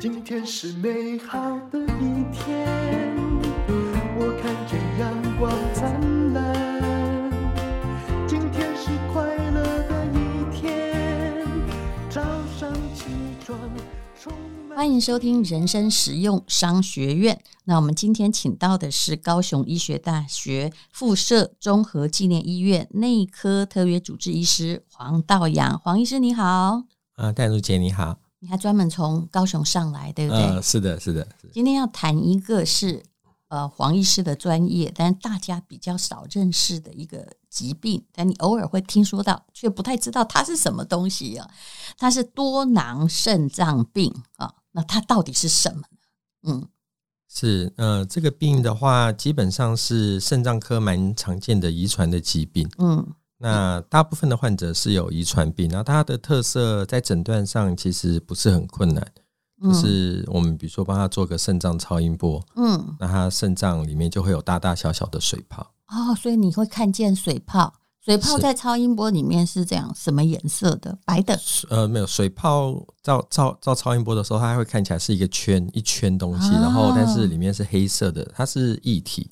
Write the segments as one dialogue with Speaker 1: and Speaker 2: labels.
Speaker 1: 今天是美好的一天，我看见阳光灿烂。今天是快乐的一天，早上起床充满。
Speaker 2: 欢迎收听《人生实用商学院》。那我们今天请到的是高雄医学大学附设综合纪念医院内科特约主治医师黄道阳，黄医师你好，
Speaker 3: 啊，戴茹姐你好，
Speaker 2: 你还专门从高雄上来，嗯对不对？
Speaker 3: 呃，是的，是的，是的
Speaker 2: 今天要谈一个是呃黄医师的专业，但是大家比较少认识的一个疾病，但你偶尔会听说到，却不太知道它是什么东西啊。它是多囊肾脏病啊，那它到底是什么呢？嗯，
Speaker 3: 是，呃，这个病的话，基本上是肾脏科蛮常见的遗传的疾病。
Speaker 2: 嗯
Speaker 3: 那大部分的患者是有遗传病，然后它的特色在诊断上其实不是很困难，
Speaker 2: 嗯
Speaker 3: 就是我们比如说帮他做个肾脏超音波，
Speaker 2: 嗯
Speaker 3: 那他肾脏里面就会有大大小小的水泡，
Speaker 2: 哦，所以你会看见水泡，水泡
Speaker 3: 是
Speaker 2: 在超音波里面是这样，什么颜色的？白的
Speaker 3: 呃，没有水泡照照照超音波的时候，它会看起来是一个圈一圈东西，
Speaker 2: 啊
Speaker 3: 然后但是里面是黑色的，它是液体，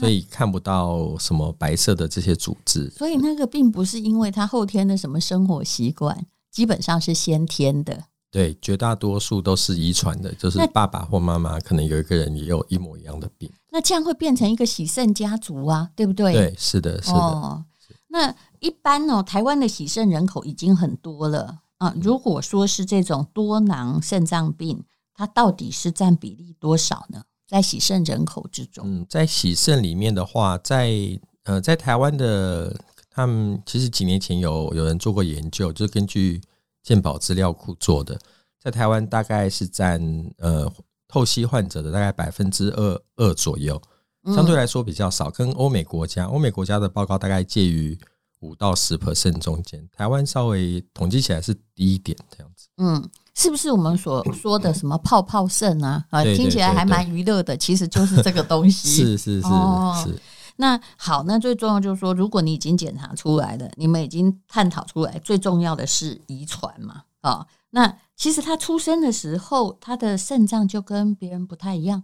Speaker 3: 所以看不到什么白色的这些组织。
Speaker 2: 所以那个并不是因为他后天的什么生活习惯，基本上是先天的。
Speaker 3: 对，绝大多数都是遗传的，就是
Speaker 2: 那
Speaker 3: 爸爸或妈妈可能有一个人也有一模一样的病。
Speaker 2: 那这样会变成一个喜肾家族啊，对不对？
Speaker 3: 对，是的，是的。
Speaker 2: 哦，那一般哦，台湾的喜肾人口已经很多了
Speaker 3: 嗯
Speaker 2: 啊。如果说是这种多囊肾脏病，它到底是占比例多少呢？在喜肾人口之中，
Speaker 3: 嗯，在喜肾里面的话，在呃，在台湾的他们其实几年前有有人做过研究，就是根据健保资料库做的，在台湾大概是占呃透析患者的大概百分之二二左右，相对来说比较少，跟欧美国家，欧美国家的报告大概介于五到十 percent 中间，台湾稍微统计起来是低一点这样子。
Speaker 2: 嗯，是不是我们所说的什么泡泡肾啊？啊，
Speaker 3: 对对
Speaker 2: 听起来还蛮娱乐的，其实就是这个东西。
Speaker 3: 是是是
Speaker 2: 哦
Speaker 3: 是，
Speaker 2: 那好，那最重要就是说，如果你已经检查出来了，你们已经探讨出来，最重要的是遗传嘛，啊、那其实他出生的时候，他的肾脏就跟别人不太一样，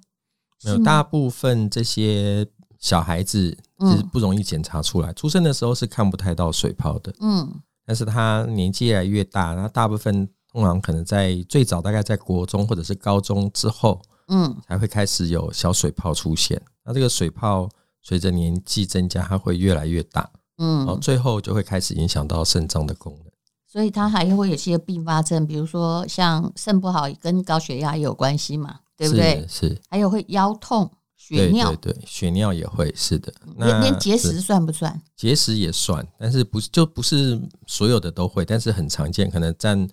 Speaker 3: 没有，
Speaker 2: 是吗
Speaker 3: 大部分这些小孩子
Speaker 2: 嗯
Speaker 3: 其实不容易检查出来，出生的时候是看不太到水泡的，
Speaker 2: 嗯
Speaker 3: 但是他年纪越来越大，那大部分通常可能在最早大概在国中或者是高中之后
Speaker 2: 嗯
Speaker 3: 才会开始有小水泡出现。那这个水泡随着年纪增加，它会越来越大，然后
Speaker 2: 嗯，
Speaker 3: 最后就会开始影响到肾脏的功能。
Speaker 2: 所以他还会有些并发症，比如说像肾不好跟高血压也有关系嘛，对不对？
Speaker 3: 是？是，
Speaker 2: 还有会腰痛、血
Speaker 3: 对
Speaker 2: 尿
Speaker 3: 对，对，血尿也会是的。
Speaker 2: 连
Speaker 3: 那
Speaker 2: 连结
Speaker 3: 是
Speaker 2: 石算不算？
Speaker 3: 结石也算，但是不是就不是所有的都会，但是很常见，可能占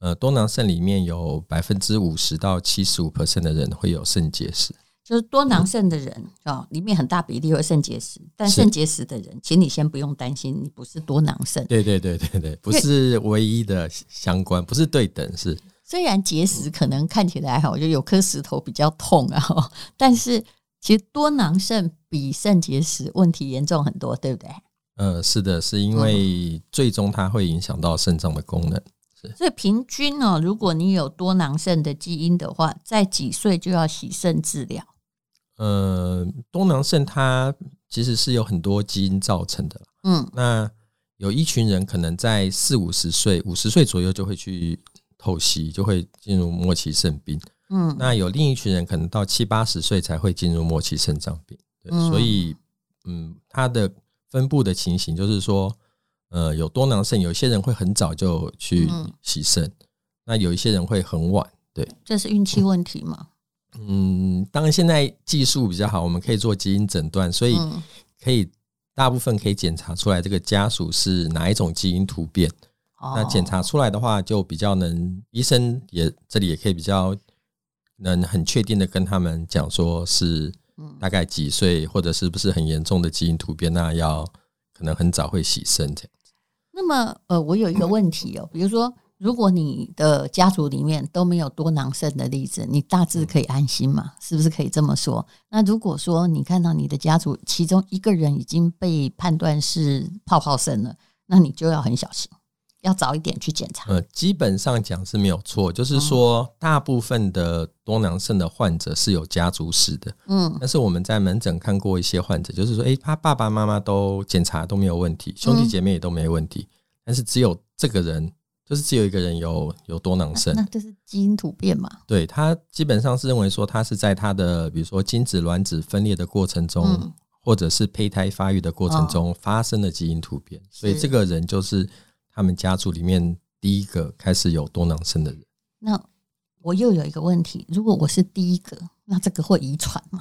Speaker 3: 呃多囊肾里面有百分之五十到七十五 percent 的人会有肾结石。
Speaker 2: 就是多囊肾的人啊、哦，里面很大比例有肾结石，但
Speaker 3: 嗯是
Speaker 2: 肾结石的人，请你先不用担心，你不是多囊肾。
Speaker 3: 对对对对对，不是唯一的相关，不是对等，是
Speaker 2: 虽然结石
Speaker 3: 嗯
Speaker 2: 可能看起来哈，就有颗石头比较痛啊，哦但是其实多囊肾比肾结石问题严重很多，对不对？
Speaker 3: 呃是的，是因为最终它会影响到肾脏的功能。
Speaker 2: 所以平均哦，如果你有多囊肾的基因的话，在几岁就要洗肾治疗。
Speaker 3: 呃，多囊肾它其实是有很多基因造成的，
Speaker 2: 嗯
Speaker 3: 那有一群人可能在四五十岁、五十岁左右就会去透析，就会进入末期肾病。
Speaker 2: 嗯，
Speaker 3: 那有另一群人可能到七八十岁才会进入末期肾脏病。对，
Speaker 2: 嗯
Speaker 3: 所以嗯，它的分布的情形就是说，呃，有多囊肾，有些人会很早就去
Speaker 2: 嗯
Speaker 3: 洗肾，那有一些人会很晚。对，
Speaker 2: 这是运气问题嘛？
Speaker 3: 嗯，当然现在技术比较好，我们可以做基因诊断，所以
Speaker 2: 嗯
Speaker 3: 可以大部分可以检查出来这个家属是哪一种基因突变。
Speaker 2: 哦
Speaker 3: 那检查出来的话，就比较能，医生也这里也可以比较能很确定的跟他们讲说是
Speaker 2: 嗯
Speaker 3: 大概几岁，或者是不是很严重的基因突变，那要可能很早会洗肾这样。
Speaker 2: 那么，呃，我有一个问题哦，比如说，如果你的家族里面都没有多囊肾的例子，你大致可以安心嘛？是不是可以这么说？那如果说你看到你的家族其中一个人已经被判断是泡泡肾了，那你就要很小心，要早一点去检查。
Speaker 3: 呃，基本上讲是没有错，就是
Speaker 2: 嗯
Speaker 3: 说大部分的多囊肾的患者是有家族史的，
Speaker 2: 嗯
Speaker 3: 但是我们在门诊看过一些患者，就是说，诶，他爸爸妈妈都检查都没有问题，
Speaker 2: 嗯
Speaker 3: 兄弟姐妹也都没问题，但是只有这个人，就是只有一个人有有多囊肾
Speaker 2: 那，这是基因突变嘛？
Speaker 3: 对他基本上是认为说他是在他的比如说精子卵子分裂的过程中，
Speaker 2: 嗯哦
Speaker 3: 或者是胚胎发育的过程中发生了基因突变，所以
Speaker 2: 是
Speaker 3: 这个人就是他们家族里面第一个开始有多囊肾的人。
Speaker 2: 那我又有一个问题，如果我是第一个，那这个会遗传吗？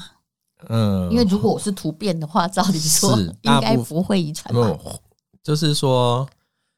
Speaker 3: 嗯，
Speaker 2: 因为如果我是突变的话，照理说
Speaker 3: 是
Speaker 2: 应
Speaker 3: 大
Speaker 2: 该
Speaker 3: 部哦
Speaker 2: 不会遗传
Speaker 3: 没
Speaker 2: 吧
Speaker 3: 有？，就是说，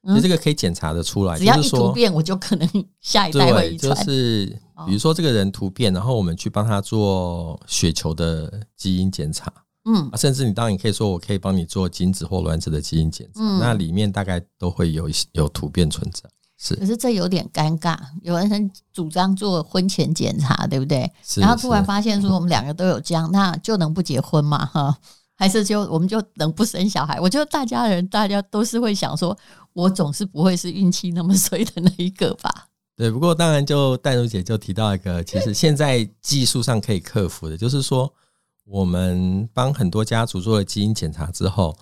Speaker 3: 其
Speaker 2: 嗯
Speaker 3: 实这个可以检查的出来，
Speaker 2: 只要
Speaker 3: 啊就
Speaker 2: 一
Speaker 3: 是
Speaker 2: 突
Speaker 3: 说，
Speaker 2: 变，我就可能 下一代会
Speaker 3: 对，
Speaker 2: 遗
Speaker 3: 就
Speaker 2: 传。
Speaker 3: 是
Speaker 2: 哦
Speaker 3: 比如说这个人突变，然后我们去帮他做血球的基因检查，
Speaker 2: 嗯
Speaker 3: 啊，甚至你当然你可以说，我可以帮你做精子或卵子的基因检查，
Speaker 2: 嗯
Speaker 3: 那里面大概都会有一些有突变存在。是
Speaker 2: 可是这有点尴尬，有人主张做婚前检查，对不对？
Speaker 3: 是
Speaker 2: 然后突然
Speaker 3: 是
Speaker 2: 发现说我们两个都有这样，那就能不结婚吗？哈，还是就我们就能不生小孩？我觉得大家人大家都是会想说，我总是不会是运气那么衰的那一个吧？
Speaker 3: 对，不过当然就淡如姐就提到一个，其实现在技术上可以克服的，就是说我们帮很多家族做了基因检查之后，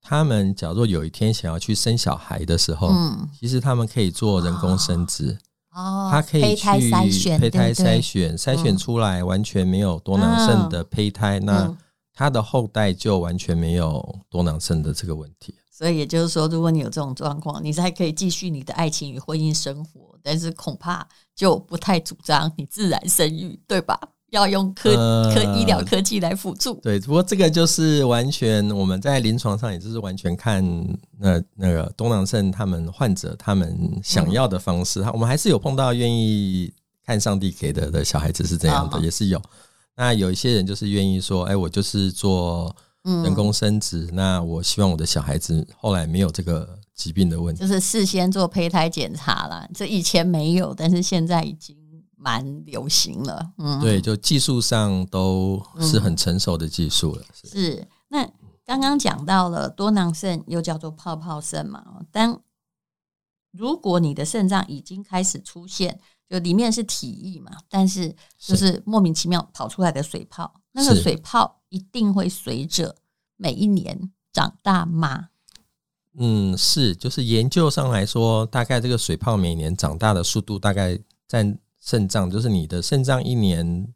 Speaker 3: 他们假如有一天想要去生小孩的时候，
Speaker 2: 嗯，
Speaker 3: 其实他们可以做人工生殖，
Speaker 2: 哦，
Speaker 3: 它可以
Speaker 2: 胚
Speaker 3: 去
Speaker 2: 胎筛选，
Speaker 3: 胚胎
Speaker 2: 对不对
Speaker 3: 筛选，筛选出来完全没有多囊肾的胚胎，那
Speaker 2: 嗯
Speaker 3: 它的后代就完全没有多囊肾的这个问题。
Speaker 2: 所以也就是说，如果你有这种状况，你才可以继续你的爱情与婚姻生活，但是恐怕就不太主张你自然生育，对吧？要用科、
Speaker 3: 呃
Speaker 2: 科医疗科技来辅助。
Speaker 3: 对，不过这个就是完全我们在临床上，也就是完全看那那个多囊肾他们患者他们想要的方
Speaker 2: 嗯
Speaker 3: 式，他我们还是有碰到愿意看上帝给的的小孩子是怎样的，
Speaker 2: 啊
Speaker 3: 也是有。那有一些人就是愿意说，哎，我就是做
Speaker 2: 嗯
Speaker 3: 人工生殖，那我希望我的小孩子后来没有这个疾病的问题。
Speaker 2: 就是事先做胚胎检查啦，这以前没有，但是现在已经蛮流行了。嗯，
Speaker 3: 对，就技术上都是很成熟的技术了。是
Speaker 2: 是。那刚刚讲到了多囊肾，又叫做泡泡肾嘛。哦当如果你的肾脏已经开始出现，就里面是体液嘛，但是就是莫名其妙跑出来的水泡，那个
Speaker 3: 是
Speaker 2: 水泡一定会随着每一年长大吗？
Speaker 3: 嗯，是，就是研究上来说，大概这个水泡每年长大的速度大概占肾脏，就是你的肾脏一年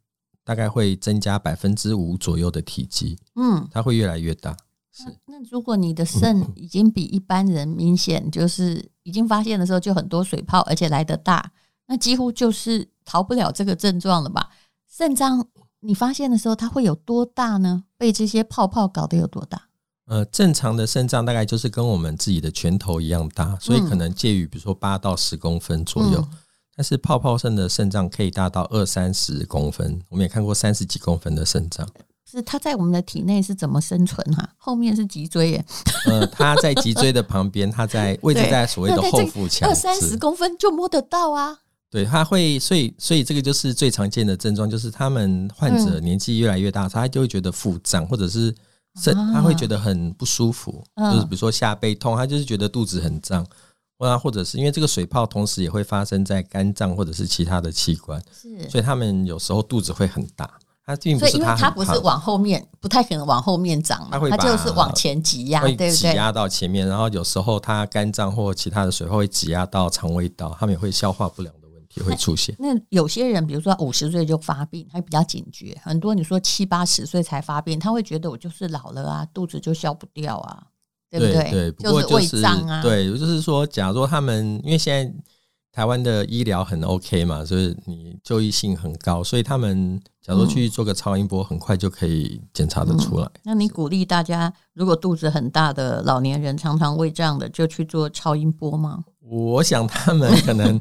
Speaker 3: 大概会增加百分之五左右的体积，
Speaker 2: 嗯，
Speaker 3: 它会越来越大。
Speaker 2: 那如果你的肾
Speaker 3: 嗯
Speaker 2: 已经比一般人明显就是已经发现的时候就很多水泡，而且来得大，那几乎就是逃不了这个症状了吧？肾脏你发现的时候，它会有多大呢？被这些泡泡搞得有多大？
Speaker 3: 呃，正常的肾脏大概就是跟我们自己的拳头一样大，所以
Speaker 2: 嗯
Speaker 3: 可能介于比如说八到十公分左右。但是泡泡肾的肾脏可以大到二三十公分，我们也看过三十几公分的肾脏。
Speaker 2: 是它在我们的体内是怎么生存哈、后面是脊椎耶，
Speaker 3: 呃，它在脊椎的旁边，它在位置
Speaker 2: 对
Speaker 3: 在所谓的
Speaker 2: 那在这
Speaker 3: 后
Speaker 2: 个
Speaker 3: 腹腔，
Speaker 2: 二三
Speaker 3: 是
Speaker 2: 十公分就摸得到啊。
Speaker 3: 对，它会，所以所以这个就是最常见的症状，就是他们患者
Speaker 2: 嗯
Speaker 3: 年纪越来越大，他就会觉得腹胀，或者是肾，
Speaker 2: 啊
Speaker 3: 他会觉得很不舒服，
Speaker 2: 嗯
Speaker 3: 就是比如说下背痛，他就是觉得肚子很胀，或啊，或者是因为这个水泡，同时也会发生在肝脏或者是其他的器官，
Speaker 2: 是，
Speaker 3: 所以他们有时候肚子会很大，它并不
Speaker 2: 所以
Speaker 3: 是
Speaker 2: 因为
Speaker 3: 他
Speaker 2: 它
Speaker 3: 很
Speaker 2: 不
Speaker 3: 胖，
Speaker 2: 是往后面，不太可能往后面长嘛
Speaker 3: 它，会
Speaker 2: 它就是
Speaker 3: 把
Speaker 2: 往前挤压，
Speaker 3: 会
Speaker 2: 啊对不
Speaker 3: 挤
Speaker 2: 对？
Speaker 3: 压到前面，然后有时候它肝脏或其他的水泡会挤压到肠胃道，他们也会消化不良的问题会出现。
Speaker 2: 那有些人，比如说五十岁就发病，他比较警觉。很多你说七八十岁才发病，他会觉得我就是老了啊，肚子就消不掉啊， 对不
Speaker 3: 对不过
Speaker 2: 是胃胀啊，
Speaker 3: 对，就是说，假如他们因为现在台湾的医疗很 OK 嘛，所以你就医性很高，所以他们假
Speaker 2: 嗯
Speaker 3: 如去做个超音波，很快就可以检查得出来。
Speaker 2: 那你鼓励大家，如果肚子很大的老年人，常常胃胀的，就去做超音波吗？
Speaker 3: 我想他们可能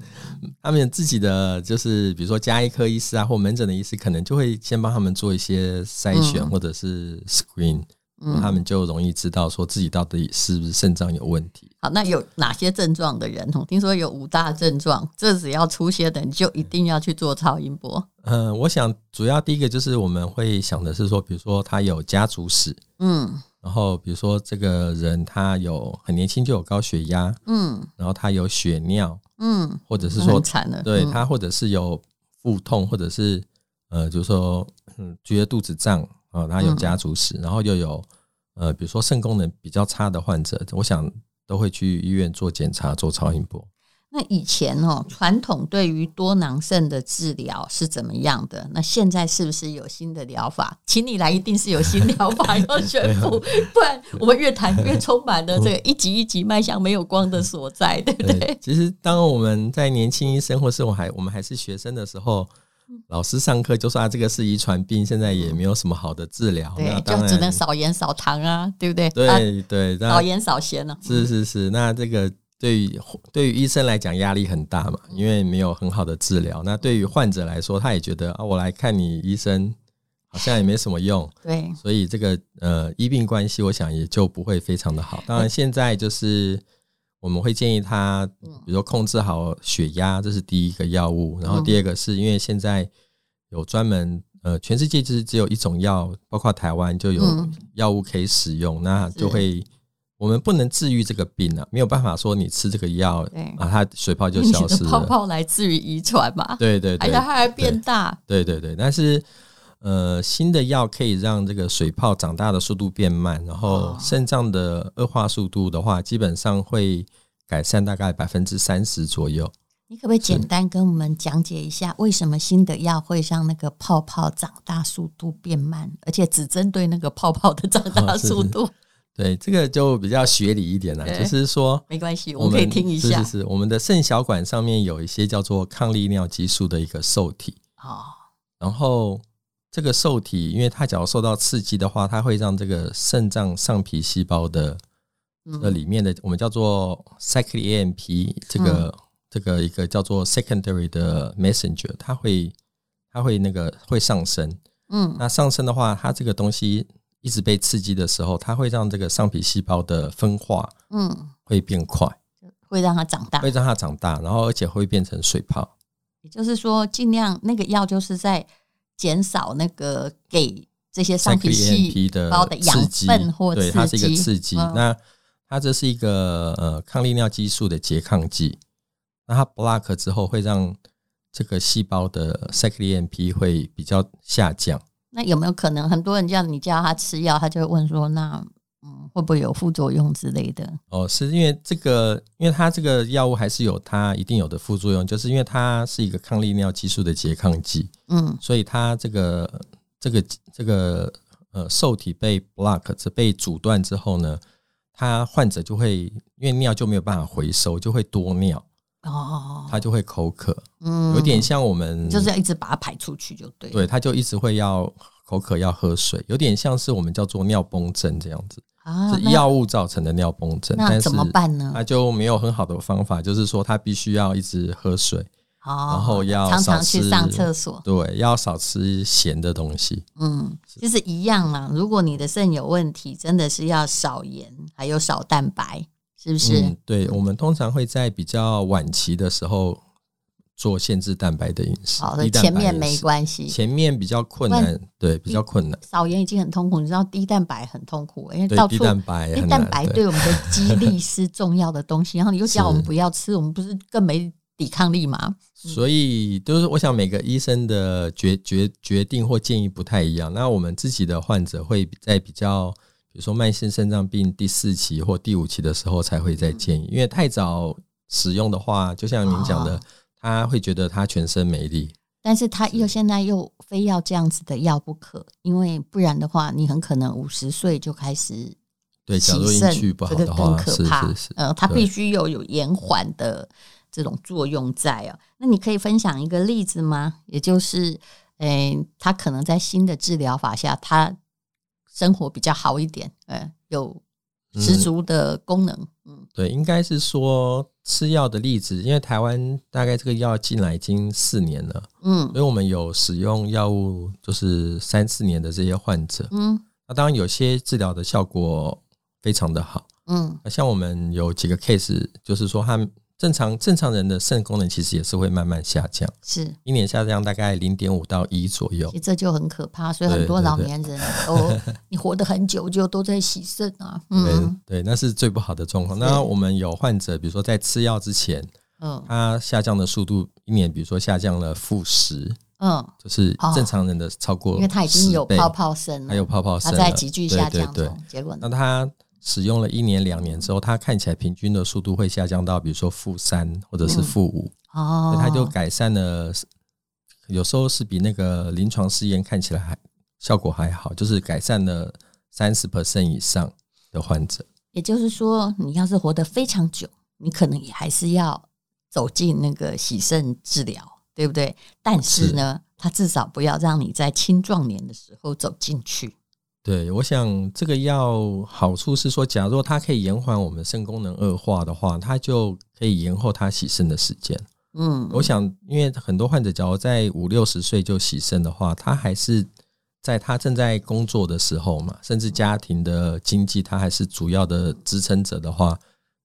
Speaker 3: 他们自己的就是比如说加医科医师啊，或门诊的医师，可能就会先帮他们做一些筛选
Speaker 2: 嗯
Speaker 3: 或者是 screen，、他
Speaker 2: 嗯，
Speaker 3: 们就容易知道说自己到底是不是肾脏有问题。
Speaker 2: 好，那有哪些症状的人？哦，听说有五大症状，这只要出现的，你就一定要去做超音波。
Speaker 3: 呃嗯，我想主要第一个就是我们会想的是说，比如说他有家族史，
Speaker 2: 嗯
Speaker 3: 然后比如说这个人他有很年轻就有高血压，
Speaker 2: 嗯
Speaker 3: 然后他有血尿，
Speaker 2: 嗯，
Speaker 3: 或者是
Speaker 2: 那
Speaker 3: 说
Speaker 2: 很惨了，
Speaker 3: 对
Speaker 2: 嗯
Speaker 3: 他或者是有腹痛，或者是呃，就是说嗯觉得肚子胀啊，他有
Speaker 2: 嗯
Speaker 3: 家族史，然后又有呃，比如说肾功能比较差的患者，我想都会去医院做检查，做超音波。
Speaker 2: 那以前哦，传统对于多囊肾的治疗是怎么样的？那现在是不是有新的疗法？请你来，一定是有新疗法 要
Speaker 3: 啊
Speaker 2: 宣布，不然我们越谈越充满了这个一级一级迈向没有光的所在，对不 对？
Speaker 3: 其实当我们在年轻医生或是我还我们还是学生的时候。
Speaker 2: 嗯
Speaker 3: 老师上课就说啊，这个是遗传病，现在也没有什么好的治疗，那
Speaker 2: 对，
Speaker 3: 啊当
Speaker 2: 就只能
Speaker 3: 然
Speaker 2: 少盐少糖啊，对不对？啊，
Speaker 3: 对对，那
Speaker 2: 少盐少咸呢、啊？
Speaker 3: 是是是，那这个对于对于医生来讲压力很大嘛，因为没有很好的治疗。那对于患者来说，他也觉得啊，我来看你医生好像也没什么用，
Speaker 2: 对，
Speaker 3: 所以这个呃医病关系，我想也就不会非常的好。当
Speaker 2: 嗯
Speaker 3: 然，现在就是我们会建议他，比如说控制好血压，这是第一个药物，然后
Speaker 2: 嗯
Speaker 3: 第二个是因为现在有专门。呃，全世界就是只有一种药，包括台湾就有
Speaker 2: 嗯
Speaker 3: 药物可以使用，那
Speaker 2: 是
Speaker 3: 就会我们不能治愈这个病啊，没有办法说你吃这个药
Speaker 2: 对
Speaker 3: 啊，它水泡就
Speaker 2: 你
Speaker 3: 消
Speaker 2: 的
Speaker 3: 失
Speaker 2: 泡
Speaker 3: 了。
Speaker 2: 泡来自于遗传嘛，
Speaker 3: 对对
Speaker 2: 而
Speaker 3: 对
Speaker 2: 且它还变大，
Speaker 3: 对对对，但是呃，新的药可以让这个水泡长大的速度变慢，然后
Speaker 2: 哦
Speaker 3: 肾脏的恶化速度的话，基本上会改善大概百分之三十左右。
Speaker 2: 你可不可以简单跟我们讲解一下，为什么新的药会让那个泡泡长大速度变慢，而且只针对那个泡泡的长
Speaker 3: 啊
Speaker 2: 大速度？
Speaker 3: 对，这个就比较学理一点啦，
Speaker 2: 对
Speaker 3: 就是说。
Speaker 2: 没关系，我
Speaker 3: 我
Speaker 2: 们可
Speaker 3: 们
Speaker 2: 以听一下
Speaker 3: 是。是是，我们的肾小管上面有一些叫做抗利尿激素的一个受体，
Speaker 2: 哦，
Speaker 3: 然后这个受体，因为它只要受到刺激的话，它会让这个肾脏上皮细胞的呃
Speaker 2: 嗯，
Speaker 3: 里面的，我们叫做 cyclic AMP 这个、这个一个叫做 secondary 的 messenger，它会它会那个会上升。
Speaker 2: 嗯，
Speaker 3: 那上升的话，它这个东西一直被刺激的时候，它会让这个上皮细胞的分化
Speaker 2: 嗯，
Speaker 3: 会变快，
Speaker 2: 会让它长大
Speaker 3: 会。让它长大，然后而且会变成水泡。
Speaker 2: 也就是说，尽量那个药就是在减少那个给这些上皮
Speaker 3: c y
Speaker 2: 细
Speaker 3: c l
Speaker 2: 胞的
Speaker 3: AMP 的
Speaker 2: 养
Speaker 3: 刺激
Speaker 2: 分或
Speaker 3: 对，它是一个
Speaker 2: 刺激
Speaker 3: 刺激。
Speaker 2: 嗯
Speaker 3: 那它这是一个呃抗利尿激素的拮抗剂，那它 block 之后会让这个细胞的 c y c l AMP 会比较下降。
Speaker 2: 那有没有可能很多人叫你叫他吃药，他就会问说，那嗯，会不会有副作用之类的？
Speaker 3: 哦，是因为这个，因为它这个药物还是有它一定有的副作用，就是因为它是一个抗利尿激素的拮抗剂，
Speaker 2: 嗯
Speaker 3: 所以它这个这个这个呃受体被 block 这被阻断之后呢，它患者就会因为尿就没有办法回收，就会多尿，
Speaker 2: 哦，
Speaker 3: 它就会口渴，
Speaker 2: 嗯
Speaker 3: 有点像我们
Speaker 2: 就是要一直把它排出去就对。
Speaker 3: 对，它就一直会要口渴要喝水，有点像是我们叫做尿崩症这样子，
Speaker 2: 啊，
Speaker 3: 是
Speaker 2: 那
Speaker 3: 药物造成的尿崩症，
Speaker 2: 那
Speaker 3: 但是
Speaker 2: 怎么办呢？
Speaker 3: 它就没有很好的方法，就是说它必须要一直喝水，
Speaker 2: 哦，
Speaker 3: 然后要
Speaker 2: 常常
Speaker 3: 少
Speaker 2: 去
Speaker 3: 吃
Speaker 2: 上厕所，
Speaker 3: 对，要少吃咸的东西。
Speaker 2: 嗯，就是一样啦。如果你的肾有问题，真的是要少盐，还有少蛋白，是不是？
Speaker 3: 嗯，对，我们通常会在比较晚期的时候做限制蛋白的饮食
Speaker 2: 好，，
Speaker 3: 低
Speaker 2: 所以
Speaker 3: 蛋白
Speaker 2: 前面
Speaker 3: 饮
Speaker 2: 没
Speaker 3: 食
Speaker 2: 关系。
Speaker 3: 前面比较困
Speaker 2: 不
Speaker 3: 难，对，比较困难，
Speaker 2: 少盐已经很痛苦，你知道低蛋白很痛苦，因为到
Speaker 3: 对，
Speaker 2: 处
Speaker 3: 低蛋白也
Speaker 2: 低
Speaker 3: 很
Speaker 2: 蛋
Speaker 3: 难，
Speaker 2: 白
Speaker 3: 对
Speaker 2: 对我们的肌 力是重要的东西，然后你又叫我们
Speaker 3: 是
Speaker 2: 不要吃，我们不是更没抵抗力吗？
Speaker 3: 所以就是我想每个医生的决决决定或建议不太一样。那我们自己的患者会在比较，比如说慢性肾脏病第四期或第五期的时候才会再建议，因为太早使用的话，就像您讲的，
Speaker 2: 哦
Speaker 3: 他会觉得他全身没力。
Speaker 2: 但是他又现在又非要这样子的药不可，因为不然的话，你很可能五十岁就开始
Speaker 3: 对，假如
Speaker 2: 洗
Speaker 3: 运
Speaker 2: 肾，
Speaker 3: 气不好
Speaker 2: 这个
Speaker 3: 的
Speaker 2: 更
Speaker 3: 话，
Speaker 2: 可
Speaker 3: 是
Speaker 2: 怕。
Speaker 3: 是是，
Speaker 2: 呃，它
Speaker 3: 对
Speaker 2: 必须有有延缓的这种作用在啊。那你可以分享一个例子吗？也就是，诶、他可能在新的治疗法下，他生活比较好一点，呃，有
Speaker 3: 嗯
Speaker 2: 十足的功能。嗯
Speaker 3: 对，应该是说吃药的例子，因为台湾大概这个药进来已经四年了，
Speaker 2: 嗯
Speaker 3: 所以我们有使用药物就是三四年的这些患者。
Speaker 2: 嗯
Speaker 3: 那当然有些治疗的效果非常的好，
Speaker 2: 嗯
Speaker 3: 那像我们有几个 case，就是说他正常正常人的肾功能其实也是会慢慢下降，
Speaker 2: 是，
Speaker 3: 一年下降大概零点五到一左右
Speaker 2: 其实。这就很可怕。所以
Speaker 3: 对
Speaker 2: 很多
Speaker 3: 对
Speaker 2: 老
Speaker 3: 对
Speaker 2: 年人都，你活得很久就都在洗肾啊，
Speaker 3: 对
Speaker 2: 嗯
Speaker 3: 对，那是最不好的状况。
Speaker 2: 是
Speaker 3: 那我们有患者，比如说在吃药之前，
Speaker 2: 嗯
Speaker 3: 它下降的速度一年，比如说下降了负十，
Speaker 2: 嗯，
Speaker 3: 就是
Speaker 2: 哦
Speaker 3: 正常人的超过10
Speaker 2: 因
Speaker 3: 倍，
Speaker 2: 为他已经有泡泡肾
Speaker 3: 还有
Speaker 2: 了，
Speaker 3: 泡泡
Speaker 2: 他
Speaker 3: 生
Speaker 2: 在
Speaker 3: 了
Speaker 2: 急剧
Speaker 3: 对
Speaker 2: 下
Speaker 3: 对
Speaker 2: 降
Speaker 3: 对
Speaker 2: 中，结果呢
Speaker 3: 那？它使用了一年两年之后，它看起来平均的速度会下降到比如说负三或者是负五，
Speaker 2: 哦
Speaker 3: 那，它就改善了，有时候是比那个临床试验看起来还效果还好，就是改善了三十 percent 以上的患者。
Speaker 2: 也就是说，你要是活得非常久，你可能也还是要走进那个洗肾治疗，对不对？但是
Speaker 3: 是
Speaker 2: 呢，它至少不要让你在青壮年的时候走进去。
Speaker 3: 对，我想这个药好处是说，假若它可以延缓我们肾功能恶化的话，它就可以延后它洗肾的时间。
Speaker 2: 嗯，
Speaker 3: 我想，因为很多患者，假如在五六十岁就洗肾的话，他还是在他正在工作的时候嘛，甚至家庭的经济，他还是主要的支撑者的话，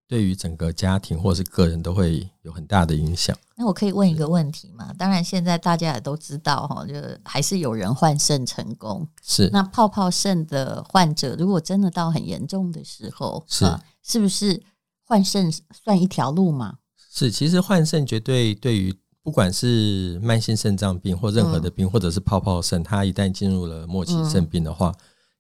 Speaker 3: 对于整个家庭或是个人都会有很大的影响。
Speaker 2: 那我可以问一个问题吗？当然，现在大家也都知道哈，就是还是有人换肾成功。
Speaker 3: 是，
Speaker 2: 那泡泡肾的患者，如果真的到很严重的时候，
Speaker 3: 是
Speaker 2: 啊是不是换肾算一条路嘛？
Speaker 3: 是，其实换肾绝对对于不管是慢性肾脏病或任何的病，或者是泡泡肾，它一旦进入了末期肾病的话，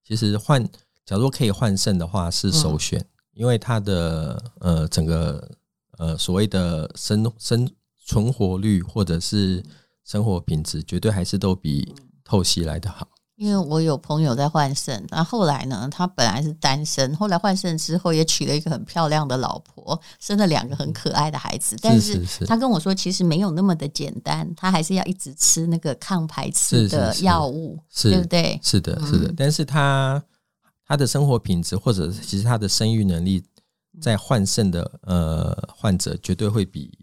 Speaker 3: 其实换假如可以换肾的话是首选，因为它的呃整个呃所谓的生生存活率或者是生活品质，绝对还是都比透析来的好。
Speaker 2: 因为我有朋友在换肾，那后来呢，他本来是单身，后来换肾之后也娶了一个很漂亮的老婆，生了两个很可爱的孩子。但
Speaker 3: 是是
Speaker 2: 他跟我说，其实没有那么的简单，他还是要一直吃那个抗排斥
Speaker 3: 是是
Speaker 2: 的
Speaker 3: 是
Speaker 2: 药物，
Speaker 3: 是
Speaker 2: 对不对？
Speaker 3: 是的，是的，
Speaker 2: 嗯
Speaker 3: 但是他他的生活品质，或者是其实他的生育能
Speaker 2: 嗯
Speaker 3: 力，在换肾的呃患者，绝对会比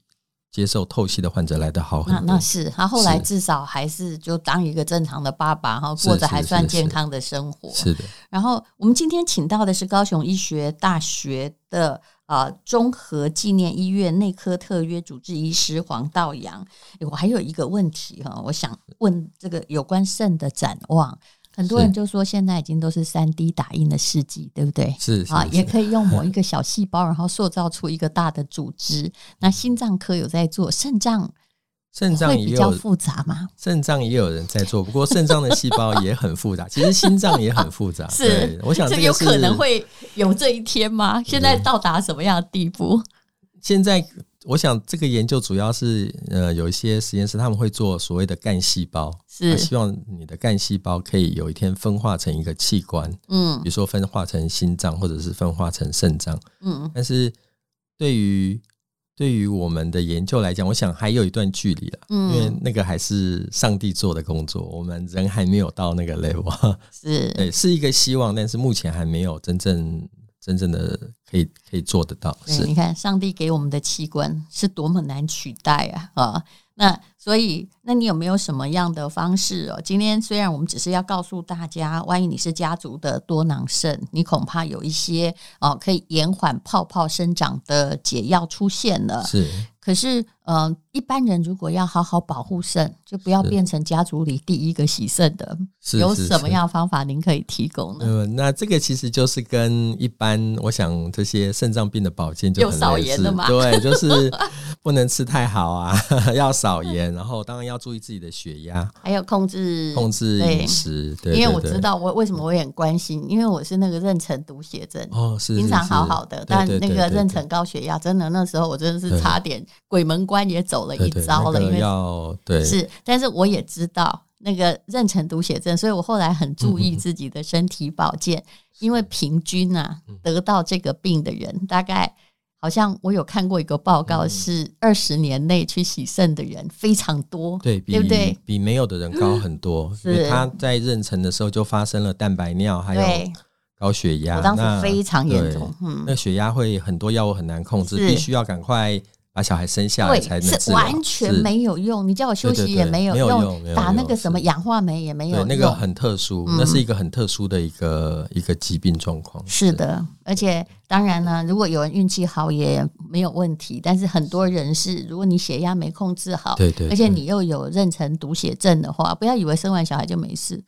Speaker 3: 接受透析的患者来的好
Speaker 2: 那
Speaker 3: 很多
Speaker 2: 那。是他后来
Speaker 3: 是
Speaker 2: 至少还是就当一个正常的爸爸，然后
Speaker 3: 是
Speaker 2: 过着
Speaker 3: 是
Speaker 2: 还
Speaker 3: 是
Speaker 2: 算
Speaker 3: 是
Speaker 2: 健康的生活。
Speaker 3: 是的，
Speaker 2: 然后我们今天请到的是高雄医学大学的呃综合纪念医院内科特约主治医师黄道阳。诶我还有一个问题哈、我想问这个有关肾的展望。很多人
Speaker 3: 是
Speaker 2: 就说现在已经都是三 D 打印的世纪，对不对？
Speaker 3: 是是
Speaker 2: 啊，也
Speaker 3: 是
Speaker 2: 可以用 某一个小细胞，然后塑造出一个大的组织。那心脏科有在做，肾脏
Speaker 3: 肾脏
Speaker 2: 会
Speaker 3: 也
Speaker 2: 比较
Speaker 3: 有
Speaker 2: 复杂吗？
Speaker 3: 肾脏也有人在做，不过肾脏的细胞也很 复杂，其实心脏也很复杂。对我想
Speaker 2: 这
Speaker 3: 这
Speaker 2: 个
Speaker 3: 个
Speaker 2: 有可
Speaker 3: 是
Speaker 2: 能会有这一天吗？现在到达什么样的地步？
Speaker 3: 啊现在。我想这个研究主要是，呃，有一些实验室他们会做所谓的干细胞，
Speaker 2: 是
Speaker 3: 他希望你的干细胞可以有一天分化成一个器官，
Speaker 2: 嗯
Speaker 3: 比如说分化成心脏，或者是分化成肾脏。
Speaker 2: 嗯，
Speaker 3: 但是对于对于我们的研究来讲，我想还有一段距离了，
Speaker 2: 嗯
Speaker 3: 因为那个还是上帝做的工作，我们人还没有到那个 level。
Speaker 2: 是。
Speaker 3: 对，是一个希望，但是目前还没有真正真正的可以可以做得到。
Speaker 2: 对，
Speaker 3: 是
Speaker 2: 你看上帝给我们的器官是多么难取代啊！啊，那所以，那你有没有什么样的方式哦？今天虽然我们只是要告诉大家，万一你是家族的多囊肾，你恐怕有一些哦可以延缓泡泡生长的解药出现了。
Speaker 3: 是
Speaker 2: 可是，嗯、呃，一般人如果要好好保护肾，就不要
Speaker 3: 是
Speaker 2: 变成家族里第一个洗肾的。
Speaker 3: 是
Speaker 2: 有
Speaker 3: 是
Speaker 2: 什么
Speaker 3: 是
Speaker 2: 样的方法您可以提供呢？
Speaker 3: 嗯，那这个其实就是跟一般，我想这些肾脏病的保健就
Speaker 2: 又
Speaker 3: 很
Speaker 2: 少
Speaker 3: 类
Speaker 2: 盐
Speaker 3: 似
Speaker 2: 了吗
Speaker 3: 对，就是不能吃太好啊， 要少盐，然后当然要注意自己的血压，
Speaker 2: 还有控制
Speaker 3: 控制
Speaker 2: 对
Speaker 3: 饮食。对，
Speaker 2: 因为
Speaker 3: 对
Speaker 2: 我
Speaker 3: 对
Speaker 2: 知道我为什么我也很关心，因为我是那个妊娠毒血症，
Speaker 3: 哦，是
Speaker 2: 平
Speaker 3: 是
Speaker 2: 常
Speaker 3: 是
Speaker 2: 好好的，
Speaker 3: 对
Speaker 2: 但
Speaker 3: 对
Speaker 2: 那
Speaker 3: 对
Speaker 2: 个
Speaker 3: 对
Speaker 2: 妊
Speaker 3: 对
Speaker 2: 娠高血压，真的那时候我真的是
Speaker 3: 对
Speaker 2: 差点鬼门关也走了
Speaker 3: 对
Speaker 2: 一
Speaker 3: 对
Speaker 2: 遭了，
Speaker 3: 那
Speaker 2: 因
Speaker 3: 个
Speaker 2: 为
Speaker 3: 要对
Speaker 2: 是，但是我也知道那个妊娠毒血症，所以我后来
Speaker 3: 嗯
Speaker 2: 很注意自己的身体保健，因为平均啊
Speaker 3: 嗯
Speaker 2: 得到这个病的人，大概好像我有看过一个报
Speaker 3: 嗯
Speaker 2: 告，是二十年内去洗肾的人非常多，
Speaker 3: 对比
Speaker 2: 对不对？嗯
Speaker 3: 比没有的人高很多，
Speaker 2: 是
Speaker 3: 因为他在妊娠的时候就发生了蛋白尿，还有
Speaker 2: 对，
Speaker 3: 高血压，
Speaker 2: 我当时
Speaker 3: 那
Speaker 2: 非常严
Speaker 3: 对
Speaker 2: 重，嗯
Speaker 3: 那。血压会很多药物很难控制，
Speaker 2: 是
Speaker 3: 必须要赶快把小孩生下来
Speaker 2: 对，
Speaker 3: 才能治
Speaker 2: 是
Speaker 3: 疗
Speaker 2: 完全
Speaker 3: 是
Speaker 2: 没有用，你叫我休
Speaker 3: 对
Speaker 2: 息
Speaker 3: 对
Speaker 2: 也
Speaker 3: 对
Speaker 2: 没有
Speaker 3: 没有
Speaker 2: 用，
Speaker 3: 用没有
Speaker 2: 打那
Speaker 3: 用
Speaker 2: 个什么
Speaker 3: 是
Speaker 2: 氧化酶也没有
Speaker 3: 对
Speaker 2: 用，
Speaker 3: 那个很特殊，
Speaker 2: 嗯
Speaker 3: 那是一个很特殊的一个一个疾病状况。
Speaker 2: 是的，而且当然呢，如果有人运气好也没有问题，但是很多人是，如果你血压没控制好，
Speaker 3: 对，对对，
Speaker 2: 而且你又有妊娠毒血症的话，不要以为生完小孩就没事，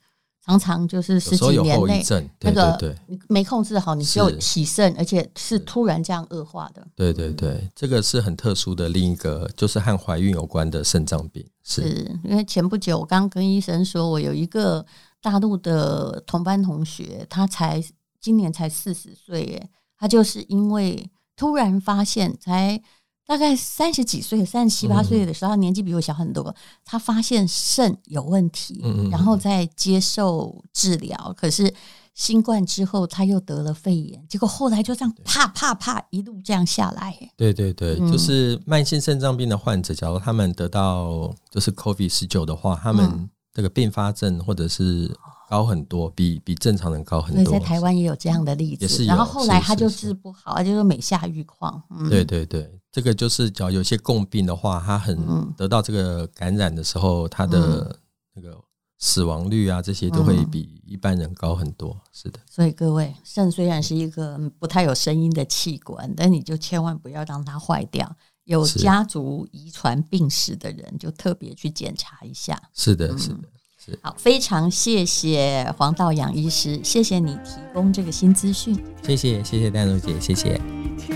Speaker 2: 常常就是
Speaker 3: 有
Speaker 2: 十
Speaker 3: 时候
Speaker 2: 几
Speaker 3: 有
Speaker 2: 年
Speaker 3: 后遗
Speaker 2: 内
Speaker 3: 症，对
Speaker 2: 那
Speaker 3: 对
Speaker 2: 个
Speaker 3: 对
Speaker 2: 你没控制好，你就是洗肾，而且是突然这样恶化的。
Speaker 3: 对对对，这个是很特殊的另一个，就是和怀孕有关的肾脏病，是
Speaker 2: 是因为前不久我刚跟医生说，我有一个大陆的同班同学，他才今年才四十岁耶，他就是因为突然发现，才大概三十几岁、三十七八岁的时候，他年纪比我小很多，他发现肾有问题，
Speaker 3: 嗯嗯嗯
Speaker 2: 然后再接受治疗，可是。新冠之后，他又得了肺炎，结果后来就这样啪啪啪一路这样下来耶。
Speaker 3: 对对对，
Speaker 2: 嗯
Speaker 3: 就是慢性肾脏病的患者，假如他们得到就是 COVID 十九的话，他们
Speaker 2: 嗯
Speaker 3: 这个并发症或者是高很多，比比正常人高很
Speaker 2: 所以
Speaker 3: 多。
Speaker 2: 在台湾也有这样的例
Speaker 3: 也是
Speaker 2: 子，
Speaker 3: 有
Speaker 2: 然后后来他就是
Speaker 3: 是
Speaker 2: 治不好，他就是每下愈况。嗯，
Speaker 3: 对对对，这个就是只要有些共病的话，他很
Speaker 2: 嗯
Speaker 3: 得到这个感染的时候，他的那个死亡率啊，这些都会
Speaker 2: 嗯
Speaker 3: 比一般人高很多。是的，
Speaker 2: 所以各位，肾虽然是一个嗯不太有声音的器官，但你就千万不要让它坏掉。有
Speaker 3: 是
Speaker 2: 家族遗传病史的人，就特别去检查一下。
Speaker 3: 是的，是的。
Speaker 2: 好，非常谢谢黄道养医师，谢谢你提供这个新资讯。
Speaker 3: 谢谢，谢谢戴茹姐，谢谢。
Speaker 1: 一天，